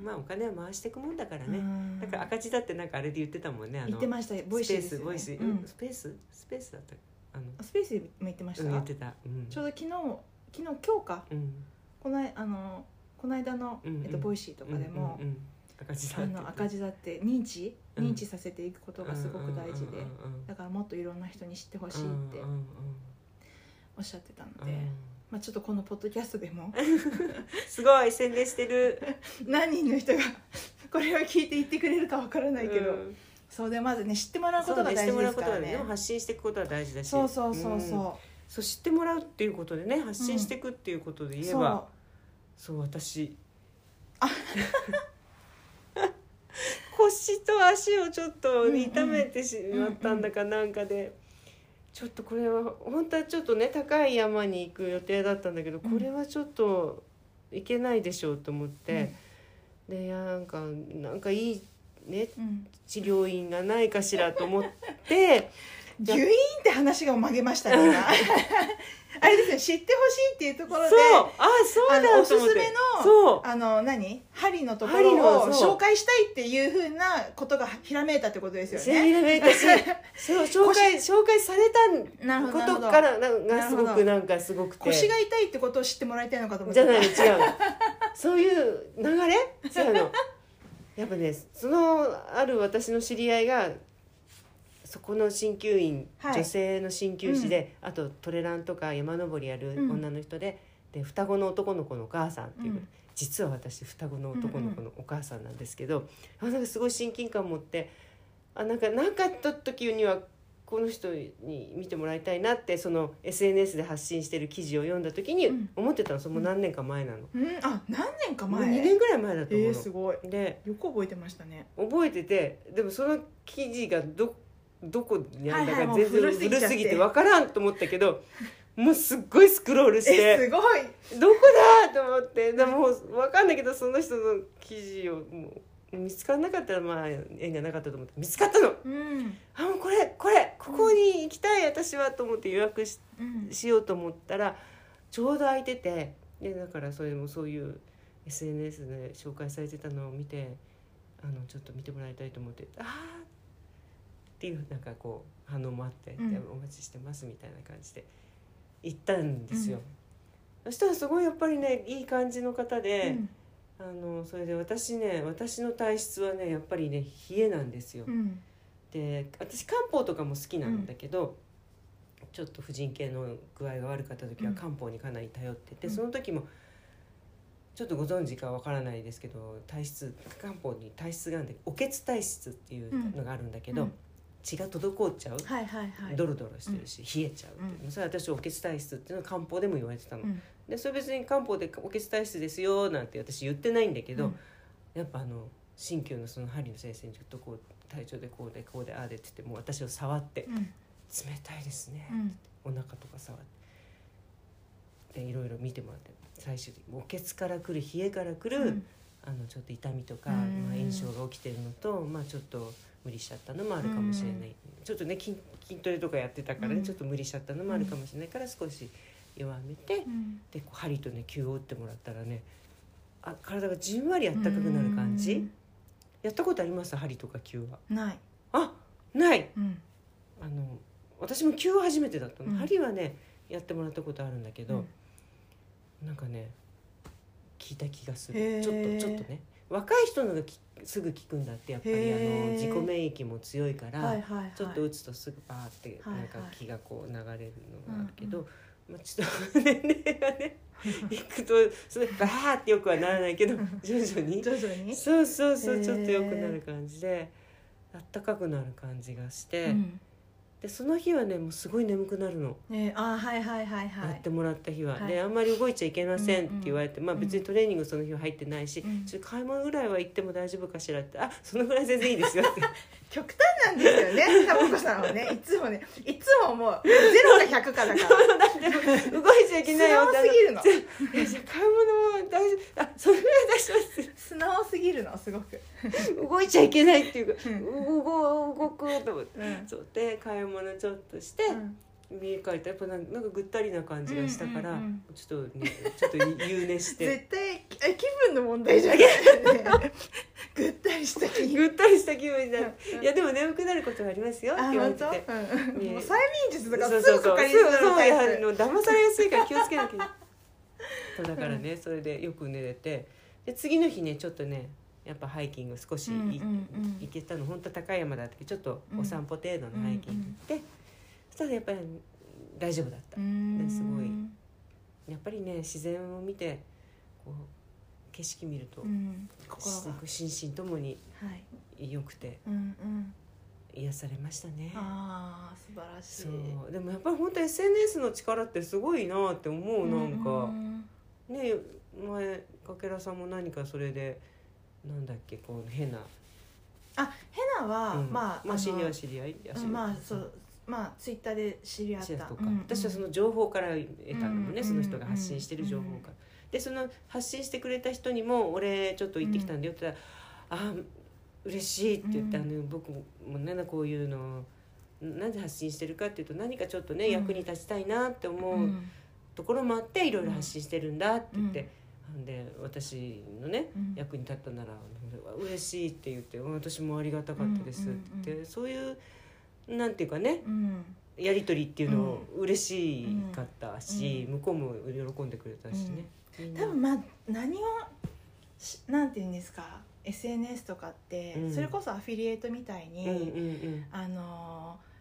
Speaker 3: うん
Speaker 2: まあお金は回していくもんだから
Speaker 3: う
Speaker 2: ね、
Speaker 3: ん
Speaker 2: だから赤字だってなんかあれで言ってたもんねあの
Speaker 3: 言ってましたボイシーです
Speaker 2: ス
Speaker 3: よ
Speaker 2: ペースボ
Speaker 3: ね
Speaker 2: イ
Speaker 3: う
Speaker 2: ス、うん
Speaker 3: ん
Speaker 2: スペーススペースだったあの
Speaker 3: あスペースでも言ってました、
Speaker 2: うん言ってた、うん、
Speaker 3: ちょうど昨日昨日今日か
Speaker 2: うん
Speaker 3: このあのこの間の、
Speaker 2: うんうん
Speaker 3: えっと、ボイシーとかでも、
Speaker 2: うんうんうん赤字だって
Speaker 3: あの赤字だって認知
Speaker 2: うん
Speaker 3: 認知させていくことがすごく大事で、
Speaker 2: うんうんうん
Speaker 3: だからもっといろんな人に知ってほしいって
Speaker 2: うんうんうん
Speaker 3: おっしゃってたの
Speaker 2: うん
Speaker 3: で、まあ、ちょっとこのポッドキャストでも [LAUGHS]
Speaker 2: すごい宣伝してる
Speaker 3: 何人の人が [LAUGHS] これを聞いて言ってくれるかわから [LAUGHS] ないけど、
Speaker 2: うん
Speaker 3: そうでまずね知ってもらうこ
Speaker 2: そ
Speaker 3: と
Speaker 2: う
Speaker 3: が
Speaker 2: ね知っ
Speaker 3: 大
Speaker 2: て
Speaker 3: 事
Speaker 2: もら
Speaker 3: で
Speaker 2: う
Speaker 3: すか
Speaker 2: ことは
Speaker 3: ら
Speaker 2: ね
Speaker 3: ね
Speaker 2: でも発信していくことは大事だし
Speaker 3: そうそうそうそう、
Speaker 2: んそう知ってもらうっていうことでね発信していくっていうことで言え
Speaker 3: そ
Speaker 2: ば
Speaker 3: う、
Speaker 2: そう私 [LAUGHS] 腰と足をちょっと痛めてしまったんだかなんかで。ちょっとこれは本当はちょっとね高い山に行く予定だったんだけどこれはちょっと行けないでしょうと思って、でいやなんかなんかいいね
Speaker 3: うんうん
Speaker 2: 治療院がないかしらと思って
Speaker 3: ギュイーンって話が曲げましたね今あれですよ知ってほしいっていうところで
Speaker 2: そうあそう
Speaker 3: あの
Speaker 2: だ
Speaker 3: お
Speaker 2: と
Speaker 3: す
Speaker 2: 思って
Speaker 3: すめの
Speaker 2: そう
Speaker 3: あの何針のとこ
Speaker 2: 針
Speaker 3: ろを
Speaker 2: のそう
Speaker 3: 紹介したいっていうふうなことがひらめいたってことですよ
Speaker 2: 知
Speaker 3: ね
Speaker 2: らなかったしそう紹介紹介され
Speaker 3: な
Speaker 2: た
Speaker 3: るほ
Speaker 2: こ
Speaker 3: どなる
Speaker 2: と
Speaker 3: ほど
Speaker 2: からなんかすご
Speaker 3: なるほ
Speaker 2: く
Speaker 3: ど
Speaker 2: なんかすごくて
Speaker 3: 腰が痛いってことを知ってもらいたいのかと思っ
Speaker 2: じ
Speaker 3: て
Speaker 2: ゃないの違う
Speaker 3: [LAUGHS]
Speaker 2: のそういう流れ違うのやっぱねそのある私の知り合いがそこの鍼灸院、
Speaker 3: はい
Speaker 2: 女性の鍼灸師で、あとトレランとか山登りやる女の人で、で双子の男の子のお母さんっていう、
Speaker 3: うん
Speaker 2: 実は私双子の男の子のお母さんなんですけど、あなんかすごい親近感持ってあなんかなかった時にはこの人に見てもらいたいなってその SNS で発信してる記事を読んだ時に
Speaker 3: うん
Speaker 2: 思ってたのそのもう何年か前なの、
Speaker 3: うんあ何年か
Speaker 2: もう2
Speaker 3: 前
Speaker 2: 年ぐらい前だと
Speaker 3: え
Speaker 2: 思う
Speaker 3: ー、
Speaker 2: の、
Speaker 3: すごい
Speaker 2: で
Speaker 3: よく覚えてましたね
Speaker 2: 覚えててでもその記事がどどこにあるんだ
Speaker 3: はい
Speaker 2: か
Speaker 3: はい
Speaker 2: 全然
Speaker 3: もう古
Speaker 2: 古
Speaker 3: すぎちゃって
Speaker 2: すぎて分からんと思ったけどもうすっごいスクロールして。
Speaker 3: えすごい
Speaker 2: どこだと思ってでも分かんないけどその人の記事をもう見つからなかったらまあ縁がなかったと思って見つかったの
Speaker 3: うん
Speaker 2: あもうこれこれここに行きたい私はと思って予約し
Speaker 3: うん
Speaker 2: しようと思ったらちょうど空いててでだからそれもそういう SNS で紹介されてたのを見てあのちょっと見てもらいたいと思ってああっていうなんかこう反応もあって、で
Speaker 3: うん
Speaker 2: お待ちしてますみたいな感じで行ったんですよ。
Speaker 3: うん
Speaker 2: そしたらすごいやっぱりねいい感じの方
Speaker 3: う
Speaker 2: で、
Speaker 3: ん
Speaker 2: あのそれで私ね私の体質はねやっぱりね冷えなんですよ。
Speaker 3: うん
Speaker 2: で私漢方とかも好きなんだけど、ちょっと婦人系の具合が悪かった時は
Speaker 3: うん
Speaker 2: 漢方にかなり頼ってて、
Speaker 3: うん
Speaker 2: その時もちょっとご存知かわからないですけど体質漢方に体質があるんでおけつ体質っていうのがあるんだけど、
Speaker 3: うん
Speaker 2: 血が滞っちゃう、
Speaker 3: はいはいはい
Speaker 2: ドロドロしてるし、冷えちゃうっていう、それは私おけつ体質っていうのは漢方でも言われてたの。
Speaker 3: うん
Speaker 2: でそれ別に漢方でおけつ体質ですよなんて私言ってないんだけど、
Speaker 3: うん
Speaker 2: やっぱあの鍼灸のその針の先生にちょっとこう体調でこうでこうでああでって言ってもう私を触って
Speaker 3: うん
Speaker 2: 「冷たいですね
Speaker 3: う」ん
Speaker 2: お腹とか触ってでいろいろ見てもらって最終的におけつからくる冷えからくる、
Speaker 3: うん
Speaker 2: あのちょっと痛みとか、
Speaker 3: うん
Speaker 2: まあ、炎症が起きてるのと、まあ、ちょっと無理しちゃったのもあるかもしれない、ちょっとね筋筋トレとかやってたからね、
Speaker 3: うん
Speaker 2: ちょっと無理しちゃったのもあるかもしれないから少し弱めて。
Speaker 3: うん
Speaker 2: でこう針とね灸を打ってもらったらねあ体がじんわりあったかくなる感じやったことあります針とか灸は
Speaker 3: うんない
Speaker 2: あない
Speaker 3: うん
Speaker 2: あの私も灸は初めてだったの、
Speaker 3: うん
Speaker 2: 針はねやってもらったことあるんだけ
Speaker 3: う
Speaker 2: ど
Speaker 3: ん、
Speaker 2: なんかね聞いた気がす
Speaker 3: へ
Speaker 2: る
Speaker 3: ー
Speaker 2: ちょっとちょっとね若い人のがきすぐ効くんだってやっぱりあ
Speaker 3: へ
Speaker 2: の
Speaker 3: ー
Speaker 2: 自己免疫も強いから、
Speaker 3: はいはいはい
Speaker 2: ちょっと打つとすぐバーって
Speaker 3: はい
Speaker 2: な
Speaker 3: はい
Speaker 2: んか気がこう流れるのがあるけど、まあ、ちょっと [LAUGHS] 年齢がねいくとそれバーってよくはならないけど徐々
Speaker 3: [LAUGHS]
Speaker 2: に
Speaker 3: 徐々に
Speaker 2: そうそうそう
Speaker 3: へー
Speaker 2: ちょっとよくなる感じであったかくなる感じがして、
Speaker 3: うん
Speaker 2: でその日はねもうすごい眠くなるの、
Speaker 3: ねあーはいはいはいは
Speaker 2: やっ
Speaker 3: い
Speaker 2: てもらった日は、
Speaker 3: はい
Speaker 2: であんまり動いちゃいけませんっ
Speaker 3: うんうん
Speaker 2: て言われて、まあ別にトレーニングその日は入ってないし、
Speaker 3: うん
Speaker 2: ちょっと買い物ぐらいは行っても大丈夫かしらってあそのぐらい全然いいですよって
Speaker 3: [LAUGHS] 極端なんですよ
Speaker 2: [LAUGHS]
Speaker 3: ねタバコさんはねいつもねいつももうゼロか100かだから
Speaker 2: [LAUGHS] 動いちゃいけ
Speaker 3: 素
Speaker 2: ないよっ
Speaker 3: 直
Speaker 2: て
Speaker 3: すぎるの
Speaker 2: あのいやじゃあ買い物も大丈夫あそのぐらい大丈夫で
Speaker 3: 素直すぎるのすごく、
Speaker 2: す動いちゃいけないっていうか
Speaker 3: う
Speaker 2: 動動くと思って。
Speaker 3: うん
Speaker 2: そうで買い物ちょっとして、見家帰ったらやっぱなんなんかぐったりな感じがしたから、
Speaker 3: うんうんうん
Speaker 2: ちょっとねちょっと夕寝し
Speaker 3: [LAUGHS]
Speaker 2: て
Speaker 3: 絶対きあ気分の問題じゃない、ね、 [LAUGHS] ぐったりした気
Speaker 2: ぐったりした気分になっ
Speaker 3: うんうん
Speaker 2: て「いやでも眠くなることはありますよ」って
Speaker 3: あ
Speaker 2: 言われ
Speaker 3: 本
Speaker 2: て
Speaker 3: 当、
Speaker 2: て。
Speaker 3: うん
Speaker 2: ね
Speaker 3: もう催眠術とか
Speaker 2: そう
Speaker 3: す
Speaker 2: そ
Speaker 3: ぐ
Speaker 2: うそ
Speaker 3: か
Speaker 2: う
Speaker 3: かり
Speaker 2: そう
Speaker 3: そうな
Speaker 2: そう
Speaker 3: タ
Speaker 2: やはり
Speaker 3: イプ
Speaker 2: の騙されやすいから気をつけなきゃそうだからねそれでよく寝れてで次の日ねちょっとねやっぱハイキング少しい
Speaker 3: うんうんうん
Speaker 2: 行けたの本当高い山だったけどちょっとお散歩程度のハイキング行ってそしたらやっぱり大丈夫だった
Speaker 3: うーん
Speaker 2: すごいやっぱりね自然を見てこう景色見ると
Speaker 3: うん、心が
Speaker 2: し心身ともに
Speaker 3: はい、
Speaker 2: 良くて
Speaker 3: うんうん、
Speaker 2: 癒されましたね。
Speaker 3: ああ素晴らしい
Speaker 2: そうでもやっぱり本当 SNS の力ってすごいなって思うなん
Speaker 3: う
Speaker 2: か
Speaker 3: ん
Speaker 2: ね前かけらさんも何かそれでなんだっけこう変な
Speaker 3: あヘナは、
Speaker 2: うん
Speaker 3: まあ
Speaker 2: まあ知り合い
Speaker 3: い
Speaker 2: 知り合い知り合い
Speaker 3: まあそうまあツイッターで知り合っ
Speaker 2: 知り合い
Speaker 3: た
Speaker 2: とか
Speaker 3: うんうん
Speaker 2: 私はその情報から得たのも
Speaker 3: うんう
Speaker 2: ね
Speaker 3: ん
Speaker 2: その人が発信してる情報からでその発信してくれた人にも「俺ちょっと行ってきたんだよ」って言ったら「あー嬉しい」って言ってあ
Speaker 3: う
Speaker 2: の僕もねこういうのなぜ発信してるかっていうと何かちょっとね
Speaker 3: うん
Speaker 2: 役に立ちたいなって
Speaker 3: う
Speaker 2: 思うんところもあっていろいろ発信してるんだって言っ
Speaker 3: うん
Speaker 2: て、ん、で私のね
Speaker 3: うん
Speaker 2: 役に立ったなら嬉しいって言ってうん私もありがたかったですって言って、
Speaker 3: うんうん
Speaker 2: そういうなんていうかね
Speaker 3: うん
Speaker 2: やり取りっていうのを嬉しかったし、
Speaker 3: う
Speaker 2: 向こうも喜んでくれたしね。みんな
Speaker 3: 多分まあ何をしなんて言うんですか SNS とかって、
Speaker 2: うん
Speaker 3: それこそアフィリエイトみたいに、
Speaker 2: うんうんうん
Speaker 3: あのー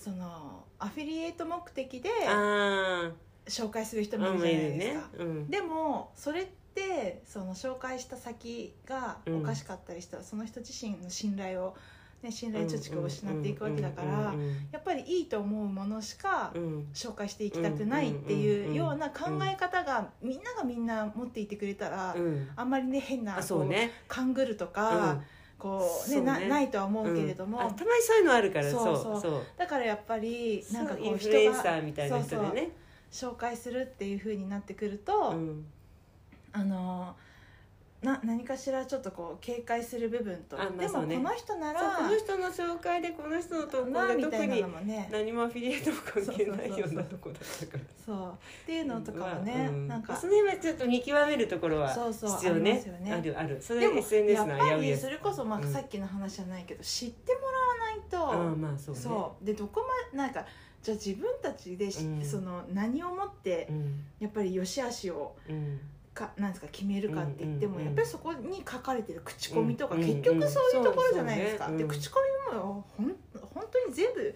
Speaker 3: そのアフィリエイト目的で
Speaker 2: あ
Speaker 3: 紹介する人
Speaker 2: ー
Speaker 3: もいるじゃない
Speaker 2: うん
Speaker 3: ですか、
Speaker 2: うん
Speaker 3: でもそれってその紹介した先がおかしかったりしたら、その人自身の信頼を、ね、信頼貯蓄を失っていくわけだから、
Speaker 2: うんうん
Speaker 3: やっぱりいいと思うものしか
Speaker 2: うんうん
Speaker 3: 紹介していきたくないっていうような考え方がみんながみんな持っていてくれたら、
Speaker 2: うん
Speaker 3: あんまりね変な
Speaker 2: あそうね
Speaker 3: こう勘ぐると
Speaker 2: う
Speaker 3: か
Speaker 2: ん、
Speaker 3: こう
Speaker 2: そ
Speaker 3: ね
Speaker 2: うね
Speaker 3: なないとは思うけれども、
Speaker 2: うんあたまにそういうのあるから
Speaker 3: そう
Speaker 2: そう
Speaker 3: そ
Speaker 2: そうう
Speaker 3: だからやっぱりなんか
Speaker 2: そう
Speaker 3: こ
Speaker 2: イ
Speaker 3: う
Speaker 2: ン
Speaker 3: 人
Speaker 2: フルエンサ
Speaker 3: が
Speaker 2: ーみたいな人でね
Speaker 3: 紹介するっていう風になってくると、
Speaker 2: うん
Speaker 3: あのな何かしらちょっとこう警戒する部分と、
Speaker 2: あまあ
Speaker 3: で
Speaker 2: そ
Speaker 3: も
Speaker 2: うね
Speaker 3: この人なら
Speaker 2: そうこの人の紹介でこの人の投稿
Speaker 3: な
Speaker 2: で
Speaker 3: みた
Speaker 2: 特
Speaker 3: いな
Speaker 2: に
Speaker 3: のもね
Speaker 2: 何もアフィリエイトも関係ないような
Speaker 3: そ
Speaker 2: とこだったから。
Speaker 3: そうっていうのとかはね、
Speaker 2: うん
Speaker 3: なんか
Speaker 2: その辺はちょっと見極めるところは
Speaker 3: そうそう
Speaker 2: 必要
Speaker 3: ありま
Speaker 2: ね
Speaker 3: すよね
Speaker 2: あるあるそ
Speaker 3: で
Speaker 2: れ
Speaker 3: も
Speaker 2: SNS
Speaker 3: やっ
Speaker 2: の
Speaker 3: ぱ
Speaker 2: 危うい
Speaker 3: り
Speaker 2: やつ
Speaker 3: それこそまあ
Speaker 2: うん
Speaker 3: さっきの話じゃないけど、知ってもらわな
Speaker 2: ああ
Speaker 3: いと、
Speaker 2: まあそうね
Speaker 3: そうでどこまなんかじゃあ自分たちでし、
Speaker 2: うん
Speaker 3: その何をもって
Speaker 2: うん
Speaker 3: やっぱり良し悪しを
Speaker 2: うん
Speaker 3: かなんですか決めるかって言っても、
Speaker 2: うんうんうん
Speaker 3: やっぱりそこに書かれてる口コミとか、
Speaker 2: うんうん
Speaker 3: 結局そういうところじゃないですか、
Speaker 2: そうそうねうん
Speaker 3: で口コミもほん本当に全部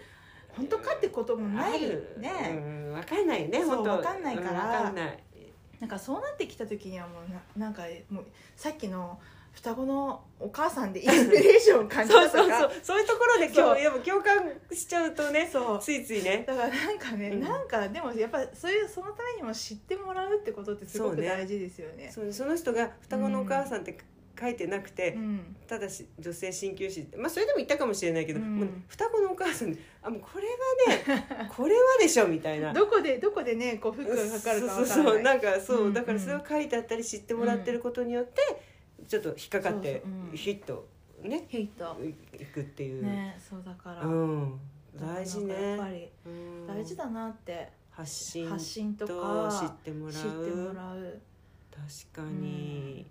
Speaker 3: 本当かってこともない
Speaker 2: あ
Speaker 3: ね
Speaker 2: る、うんわかんないね
Speaker 3: そう
Speaker 2: 本当
Speaker 3: わかんないから
Speaker 2: うんわかんない
Speaker 3: なんかそうなってきた時にはもうななんかもうさっきの双子のお母さんでインスピレーションを感じ
Speaker 2: そ
Speaker 3: た
Speaker 2: う
Speaker 3: とか
Speaker 2: そうそうそういうところで
Speaker 3: そ
Speaker 2: 今
Speaker 3: う
Speaker 2: 日やっぱ共感しちゃうとね
Speaker 3: [LAUGHS] そう
Speaker 2: ついついね
Speaker 3: だからなんかね、
Speaker 2: うん
Speaker 3: なんかでもやっぱそういうそのためにも知ってもらうってことってすご
Speaker 2: そう
Speaker 3: く
Speaker 2: ね
Speaker 3: 大事ですよね。
Speaker 2: そうその人が双子のお母さんって書いてなくて、
Speaker 3: うん
Speaker 2: ただし女性鍼灸師ってまあそれでも言ったかもしれないけど、
Speaker 3: うん
Speaker 2: もう双子のお母さんであもうこれは
Speaker 3: [LAUGHS]
Speaker 2: ねこれはでしょみたいな
Speaker 3: どこでどこでねこう服がかかるかわ
Speaker 2: そうそうそ
Speaker 3: から
Speaker 2: う
Speaker 3: ない。
Speaker 2: なんかそう、
Speaker 3: うん
Speaker 2: だからそれを書いてあったり知ってもらってることによって、ちょっと引っかかって
Speaker 3: そうそううん
Speaker 2: ヒッとね
Speaker 3: ヘイト
Speaker 2: いくっていう、
Speaker 3: ねそうだから、
Speaker 2: うん大事ね
Speaker 3: なんかやっぱり
Speaker 2: うん
Speaker 3: 大事だなって、
Speaker 2: 発信
Speaker 3: 発信と
Speaker 2: と知っ
Speaker 3: か
Speaker 2: てもらう
Speaker 3: 知ってもらう
Speaker 2: 確かに、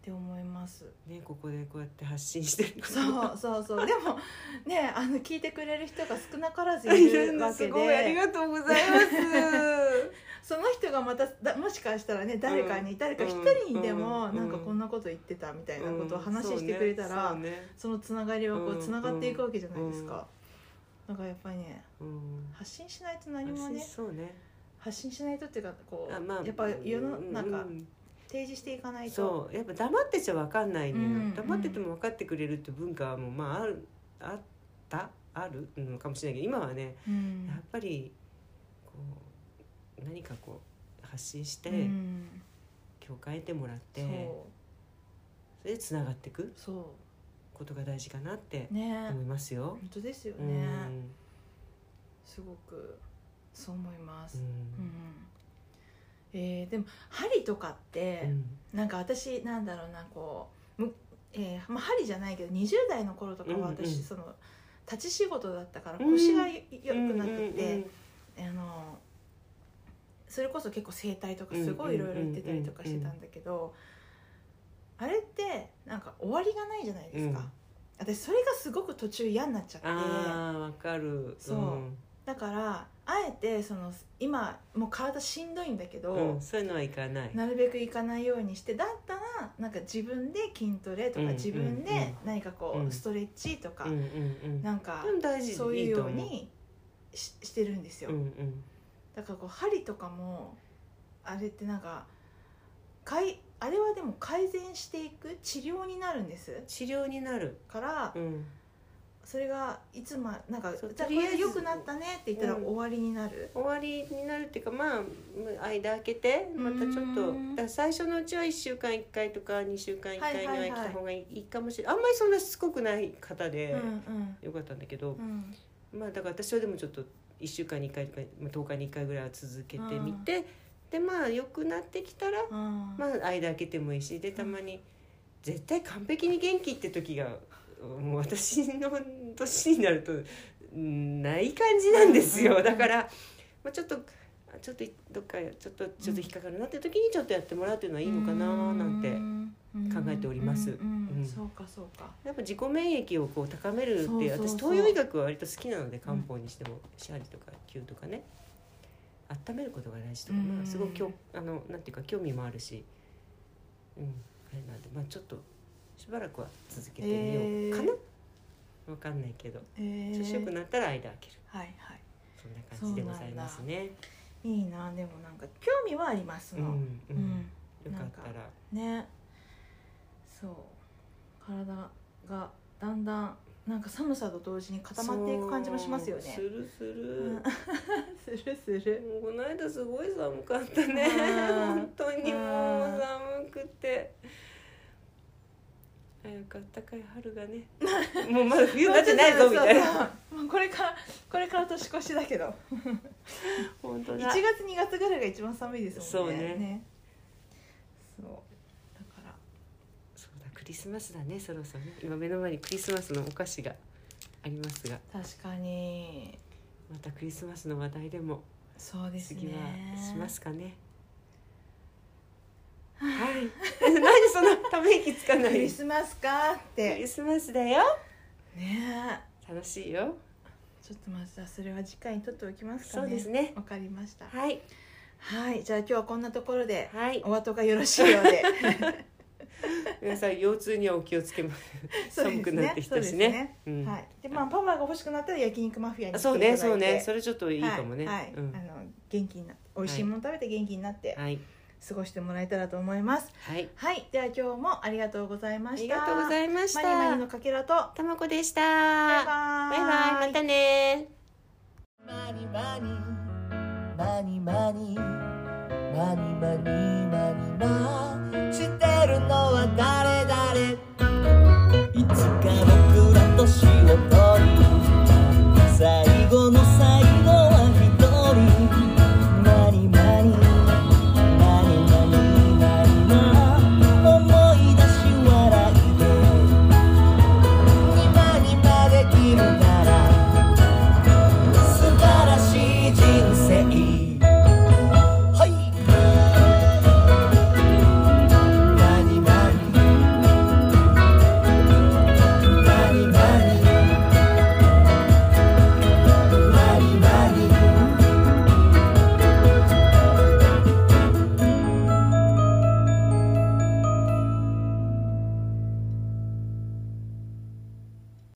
Speaker 3: って思います。
Speaker 2: ねここでこうやって発信してること
Speaker 3: そうそうそうでもねあの聞いてくれる人が少なからずい
Speaker 2: いる
Speaker 3: る
Speaker 2: ん
Speaker 3: わ
Speaker 2: だ
Speaker 3: け
Speaker 2: すごいあ
Speaker 3: で
Speaker 2: りがとうござい
Speaker 3: [LAUGHS]
Speaker 2: ます。
Speaker 3: その人がまただもしかしたらね誰かに、誰か一人にでも、
Speaker 2: うん
Speaker 3: なんかこんなこと言ってたみたいなことを話してくれたら、
Speaker 2: うんそうね
Speaker 3: そのつながりはこ
Speaker 2: う
Speaker 3: うんつながっていくわけじゃないですか、なんかやっぱりね
Speaker 2: そうねうん
Speaker 3: 発信しないと何も
Speaker 2: あ
Speaker 3: ね
Speaker 2: そうね
Speaker 3: 発信しないとっていうかこう
Speaker 2: あまあ
Speaker 3: やっぱ世の
Speaker 2: うん
Speaker 3: なんか
Speaker 2: うん
Speaker 3: 提示していかないと、
Speaker 2: そうやっぱ黙ってちゃ分かんないのよ、
Speaker 3: うん
Speaker 2: 黙ってても分かってくれるって文化はもうまああるあったあるのかもしれないけど今はね
Speaker 3: うん
Speaker 2: やっぱりこう何かこう発信して、
Speaker 3: うん
Speaker 2: 共感得てもらって
Speaker 3: そ
Speaker 2: それでつながっていく
Speaker 3: うそ
Speaker 2: ことが大事かなって
Speaker 3: うね
Speaker 2: 思いますよ。
Speaker 3: 本当ですよ
Speaker 2: う
Speaker 3: ね
Speaker 2: ん
Speaker 3: すごくそう思いま
Speaker 2: う
Speaker 3: すうんんえーでも針とかって、
Speaker 2: うん
Speaker 3: なんか私なんだろうなこうむ、えーまあ、針じゃないけど20代の頃とかは
Speaker 2: うんうん
Speaker 3: 私、その立ち仕事だったから
Speaker 2: うん
Speaker 3: 腰がよ良くなく
Speaker 2: うん
Speaker 3: て、あのそれこそ結構整体とかすごいいろいろ行ってたりとかしてたんだけど、あれってなんか終わりがないじゃないですか、
Speaker 2: うん
Speaker 3: 私それがすごく途中嫌になっちゃって
Speaker 2: あーわかる
Speaker 3: そうだからあえてその今もう体しんどいんだけど、
Speaker 2: うんうんそういうのはいかない
Speaker 3: なるべく行かないようにしてだったらなんか自分で筋トレと
Speaker 2: うん
Speaker 3: か自分
Speaker 2: うんう
Speaker 3: で
Speaker 2: ん
Speaker 3: 何かこ
Speaker 2: う
Speaker 3: う
Speaker 2: い
Speaker 3: ストレッチとか
Speaker 2: うんうん
Speaker 3: なんか
Speaker 2: うん大事
Speaker 3: そういうよう
Speaker 2: いいと思
Speaker 3: にししてるんですよ
Speaker 2: うんうん
Speaker 3: だからこう針とかもあれってなんかかいあれはでも改善していく治療になるんです
Speaker 2: 治療になる
Speaker 3: から
Speaker 2: うん
Speaker 3: それがいつまなんか「じ
Speaker 2: そう
Speaker 3: ゃあ
Speaker 2: と
Speaker 3: こ
Speaker 2: りあえず
Speaker 3: れ良くなったね」って言ったら
Speaker 2: うん
Speaker 3: 終わりになる
Speaker 2: 終わりになるっていうかまあ間空けてまたちょっと
Speaker 3: うん
Speaker 2: だから最初のうちは1週間1回とか2週間1回には
Speaker 3: はいはい
Speaker 2: 来
Speaker 3: はい
Speaker 2: た方がいいかもしれないあんまりそんなしつこくない方
Speaker 3: う
Speaker 2: で
Speaker 3: んうん
Speaker 2: よかったんだけど
Speaker 3: う、ん
Speaker 2: まあだから私はでもちょっと1週間に1回とかまあ10日に1回ぐらいは続けてみて、でまあ良くなってきたら、
Speaker 3: うん
Speaker 2: まあ間空けてもいいしでたまに絶対完璧に元気って時がもう私の年になるとうんない感じなんです
Speaker 3: うんうん
Speaker 2: よ
Speaker 3: うん
Speaker 2: だから、まあ、ちょっとあちょっとどっかちょっとちょっと引っかかるなって時にちょっとやってもらうっていうのはいいのかななんて
Speaker 3: 考
Speaker 2: 考えておりますうん
Speaker 3: そうかそうか
Speaker 2: やっぱ自己免疫をこう高めるって
Speaker 3: そうそうそう
Speaker 2: 私東洋医学は割と好きなので漢方にしても、シャリとか灸とかね温めることが大事とか、ま
Speaker 3: うん
Speaker 2: あ、すごくきょあのなんていうか興味もあるし、うん、あれなんで、まあ、ちょっとしばらくは続けてみようかな、
Speaker 3: え
Speaker 2: わかんないけど
Speaker 3: えー
Speaker 2: 調子よくなったら間開ける
Speaker 3: はいは
Speaker 2: そんな感じでございますね。
Speaker 3: いいいなでもなんか興味はあります
Speaker 2: うん
Speaker 3: の、
Speaker 2: う
Speaker 3: うんん
Speaker 2: よかったら
Speaker 3: ねそう体がだんだんなんか寒さと同時に固まっていく感じもしますよね
Speaker 2: そうするする、
Speaker 3: うんするする
Speaker 2: もうこの間すごい寒かったね
Speaker 3: うん
Speaker 2: 本当にもう寒くて早くあったかい春がね [LAUGHS] もうまだ冬になって [LAUGHS] ないぞみたい
Speaker 3: そう
Speaker 2: な
Speaker 3: そうもうこれからこれから年越しだけど
Speaker 2: 本当
Speaker 3: 1
Speaker 2: だ
Speaker 3: 月2月ぐらいが一番寒いですもんね
Speaker 2: そうね
Speaker 3: そうだから
Speaker 2: そうだクリスマスだねそろそろね今目の前にクリスマスのお菓子がありますが
Speaker 3: 確かに
Speaker 2: またクリスマスの話題でも
Speaker 3: そうですね
Speaker 2: 次はしますかねはい [LAUGHS] なんでそんなため息つかない
Speaker 3: ク
Speaker 2: ク
Speaker 3: リ
Speaker 2: リ
Speaker 3: スマスかって
Speaker 2: スマスだよ
Speaker 3: ね
Speaker 2: 楽しいよ
Speaker 3: えちょっとまずはそれは次回にとっておきますかね
Speaker 2: そうですね
Speaker 3: わかりました
Speaker 2: はい
Speaker 3: はいじゃあ今日はこんなところで
Speaker 2: はい
Speaker 3: お後がよろしいようで
Speaker 2: 皆さん腰痛にはお気をつけます
Speaker 3: [LAUGHS] そうですね
Speaker 2: 寒くなってきたし
Speaker 3: そうです
Speaker 2: ね
Speaker 3: ね
Speaker 2: うん
Speaker 3: はいでまあパワーが欲しくなったら焼肉マフィアに来て
Speaker 2: あ
Speaker 3: い
Speaker 2: そう
Speaker 3: ただい
Speaker 2: ね
Speaker 3: て
Speaker 2: そうねそれちょっといいかもね
Speaker 3: はい、はい
Speaker 2: うん
Speaker 3: あの元気になって美味しいもの食べて元気になって
Speaker 2: はい
Speaker 3: 過ごしてもらえたらと思います
Speaker 2: はい
Speaker 3: はいでは今日もありがとうございま
Speaker 2: あ
Speaker 3: し
Speaker 2: り
Speaker 3: た
Speaker 2: がとうございました
Speaker 3: マリマリのかけらと
Speaker 2: たまこでした
Speaker 3: バイ
Speaker 2: バ
Speaker 3: バ
Speaker 2: イバイまたね
Speaker 1: マニマニマニマニマニマニマニマしてるのは誰誰いつか僕ら年を取り最後の最後は一人マニマニマニマニマニマ思い出し笑いで今にまでいるなら素晴らしい人生